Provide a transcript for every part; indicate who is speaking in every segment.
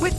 Speaker 1: With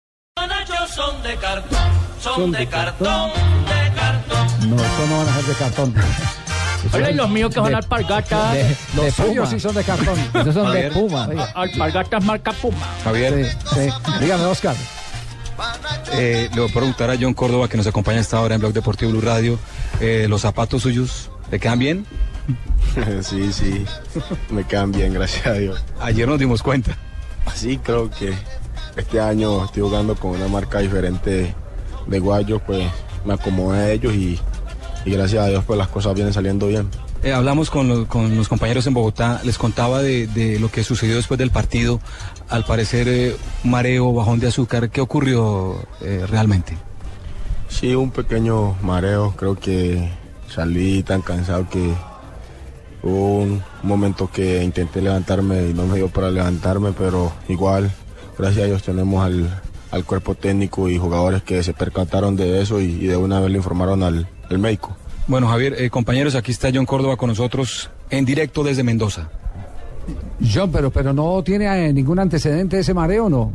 Speaker 2: Nachos son de cartón, son de cartón, de cartón.
Speaker 3: No, esto no van a ser de cartón.
Speaker 4: Oye, y los míos que son alpargatas,
Speaker 3: De,
Speaker 4: los
Speaker 3: de
Speaker 4: suyos
Speaker 3: Puma.
Speaker 4: sí son
Speaker 3: Sí son de cartón. Esos son de Puma.
Speaker 4: alpargatas marca Puma.
Speaker 5: Javier,
Speaker 3: Sí, sí. Dígame, Oscar.
Speaker 5: eh, le voy a preguntar a John Córdoba, que nos acompaña a esta hora en Blog Deportivo Blue Radio, eh, los zapatos suyos, ¿le quedan bien?
Speaker 6: Sí, sí, me quedan bien, gracias a Dios.
Speaker 5: Ayer nos dimos cuenta.
Speaker 6: Así creo que este año estoy jugando con una marca diferente de guayos, pues me acomodé a ellos y, y gracias a Dios pues las cosas vienen saliendo bien.
Speaker 5: Eh, hablamos con, lo- con los compañeros en Bogotá, les contaba de, de lo que sucedió después del partido, al parecer eh, mareo, bajón de azúcar, ¿qué ocurrió eh, realmente?
Speaker 6: Sí, un pequeño mareo, creo que salí tan cansado que hubo un momento que intenté levantarme y no me dio para levantarme, pero igual, gracias a Dios tenemos al, al cuerpo técnico y jugadores que se percataron de eso y, y de una vez le informaron al, al médico.
Speaker 5: Bueno, Javier, eh, compañeros, aquí está John Córdoba con nosotros en directo desde Mendoza.
Speaker 3: John, pero, pero no tiene eh, ningún antecedente ese mareo, ¿no?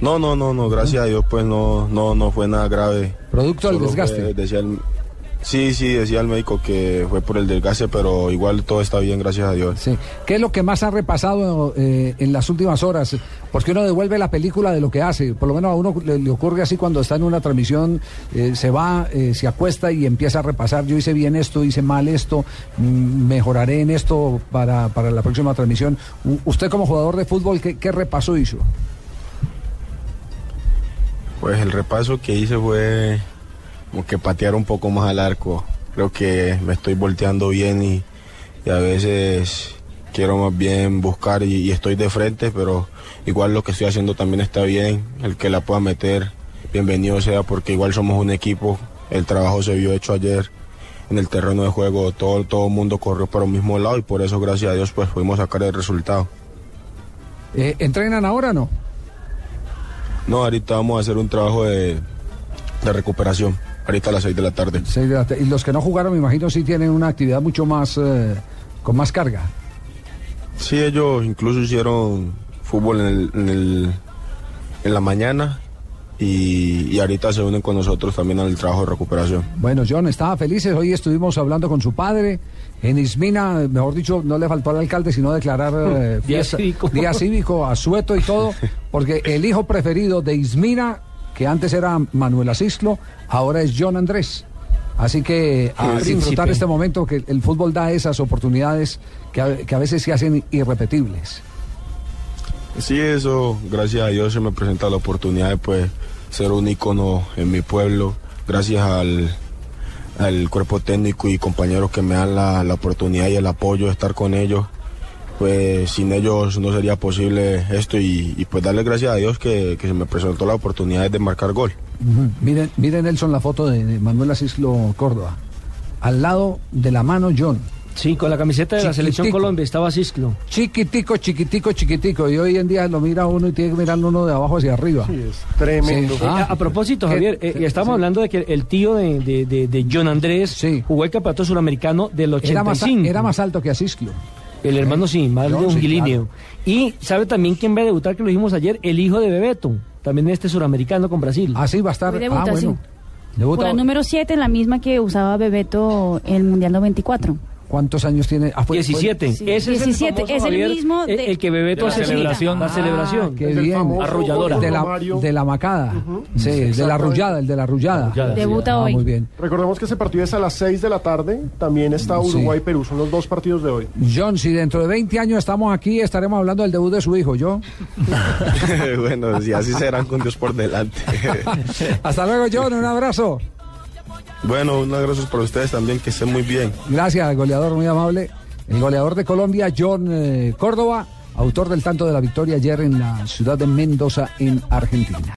Speaker 6: No, no, no, no, gracias a Dios pues no, no, no fue nada grave.
Speaker 3: Producto del
Speaker 6: Solo fue-
Speaker 3: desgaste.
Speaker 6: decía el- sí, sí, decía el médico que fue por el desgaste, pero igual todo está bien, gracias a Dios.
Speaker 3: Sí. ¿Qué es lo que más ha repasado eh, en las últimas horas? Porque uno devuelve la película de lo que hace. Por lo menos a uno le, le ocurre así cuando está en una transmisión, eh, se va, eh, se acuesta y empieza a repasar. Yo hice bien esto, hice mal esto, mm, mejoraré en esto para, para la próxima transmisión. U- usted como jugador de fútbol, ¿qué, qué repaso hizo?
Speaker 6: Pues el repaso que hice fue como que patear un poco más al arco. Creo que me estoy volteando bien y, y a veces quiero más bien buscar y, y estoy de frente, pero igual lo que estoy haciendo también está bien. El que la pueda meter, bienvenido sea, porque igual somos un equipo. El trabajo se vio hecho ayer en el terreno de juego. Todo todo el mundo corrió para un mismo lado y por eso, gracias a Dios, pues pudimos sacar el resultado.
Speaker 3: Eh, ¿Entrenan ahora o no?
Speaker 6: No, ahorita vamos a hacer un trabajo de, de recuperación. Ahorita a las 6 de la tarde.
Speaker 3: Seis de la ta- Y los que no jugaron, me imagino, sí tienen una actividad mucho más, eh, con más carga.
Speaker 6: Sí, ellos incluso hicieron fútbol en, el- en el- en la mañana y, y ahorita se unen con nosotros también al trabajo de recuperación.
Speaker 3: Bueno, John, estaba felices. Hoy estuvimos hablando con su padre. En Ismina, mejor dicho, no le faltó al alcalde sino declarar eh,
Speaker 4: Día cívico.
Speaker 3: día cívico, asueto y todo, porque el hijo preferido de Ismina, que antes era Manuel Asislo, ahora es John Andrés. Así que a
Speaker 4: El
Speaker 3: disfrutar
Speaker 4: príncipe.
Speaker 3: este momento que el fútbol da esas oportunidades que a, que a veces se hacen irrepetibles.
Speaker 6: Sí, eso, gracias a Dios se me presenta la oportunidad de pues, ser un ícono en mi pueblo, gracias al, al cuerpo técnico y compañeros que me dan la, la oportunidad y el apoyo de estar con ellos. Pues sin ellos no sería posible esto y, y, pues darle gracias a Dios que, que se me presentó la oportunidad de marcar gol.
Speaker 3: Ujú. Miren, miren, Nelson, la foto de de Manuel Asislo Córdoba. Al lado de la mano, John.
Speaker 4: Sí, con la camiseta de la Selección
Speaker 3: Chiquitico.
Speaker 4: Colombia estaba Cislo.
Speaker 3: Chiquitico, chiquitico, chiquitico. Y hoy en día lo mira uno y tiene que mirarlo uno de abajo hacia arriba.
Speaker 7: Tremendo.
Speaker 3: Sí. Ah,
Speaker 4: a, a propósito,
Speaker 3: ¿qué?
Speaker 4: Javier, eh,
Speaker 3: Sí,
Speaker 4: estamos
Speaker 3: sí.
Speaker 4: hablando de que el tío de, de- eh, de- de John Andrés
Speaker 3: Sí.
Speaker 4: jugó el campeonato suramericano del
Speaker 3: Era más,
Speaker 4: 85.
Speaker 3: era más alto que Asislo.
Speaker 4: El hermano sí, más
Speaker 3: John,
Speaker 4: de un
Speaker 3: sí,
Speaker 4: guilineo. Y sabe también quién va a debutar, que lo dijimos ayer, el hijo de Bebeto, también este suramericano con Brasil.
Speaker 3: Así va a estar.
Speaker 8: Hoy
Speaker 3: Ah,
Speaker 8: debuta,
Speaker 3: bueno.
Speaker 8: sí.
Speaker 3: Debuta-
Speaker 8: La número 7, la misma que usaba Bebeto en el Mundial 94.
Speaker 3: ¿Cuántos años tiene? Ah, fue- fue-
Speaker 4: 17.
Speaker 8: Sí.
Speaker 4: Ese es el,
Speaker 8: 17,
Speaker 4: famoso,
Speaker 8: es el
Speaker 4: Javier, Eh,
Speaker 8: mismo
Speaker 4: el-
Speaker 8: de-
Speaker 4: el que Bebeto
Speaker 8: de la
Speaker 4: se-
Speaker 8: celebración.
Speaker 4: La
Speaker 3: Ah,
Speaker 4: celebración.
Speaker 3: qué
Speaker 7: Es el
Speaker 3: bien.
Speaker 7: famoso
Speaker 4: Arrolladora.
Speaker 3: De la,
Speaker 7: Romario.
Speaker 3: de la macada. Sí, de la
Speaker 7: Exactamente.
Speaker 3: arrullada, el de la arrullada.
Speaker 4: Arrullada, sí.
Speaker 8: Debuta
Speaker 3: Ah,
Speaker 8: hoy.
Speaker 3: Muy bien.
Speaker 7: Recordemos que ese partido es a las 6 de la tarde. También está
Speaker 3: Sí.
Speaker 7: Uruguay-Perú. Son los dos partidos de hoy.
Speaker 3: John, si dentro de 20 años estamos aquí, estaremos hablando del debut de su hijo. Yo.
Speaker 6: bueno, si así serán con Dios por delante.
Speaker 3: Hasta luego, John. Un abrazo.
Speaker 6: bueno, unas gracias para ustedes también, que estén muy bien.
Speaker 3: Gracias, goleador, muy amable. El goleador de Colombia, John eh, Córdoba. autor del tanto de la victoria ayer en la ciudad de Mendoza, en Argentina.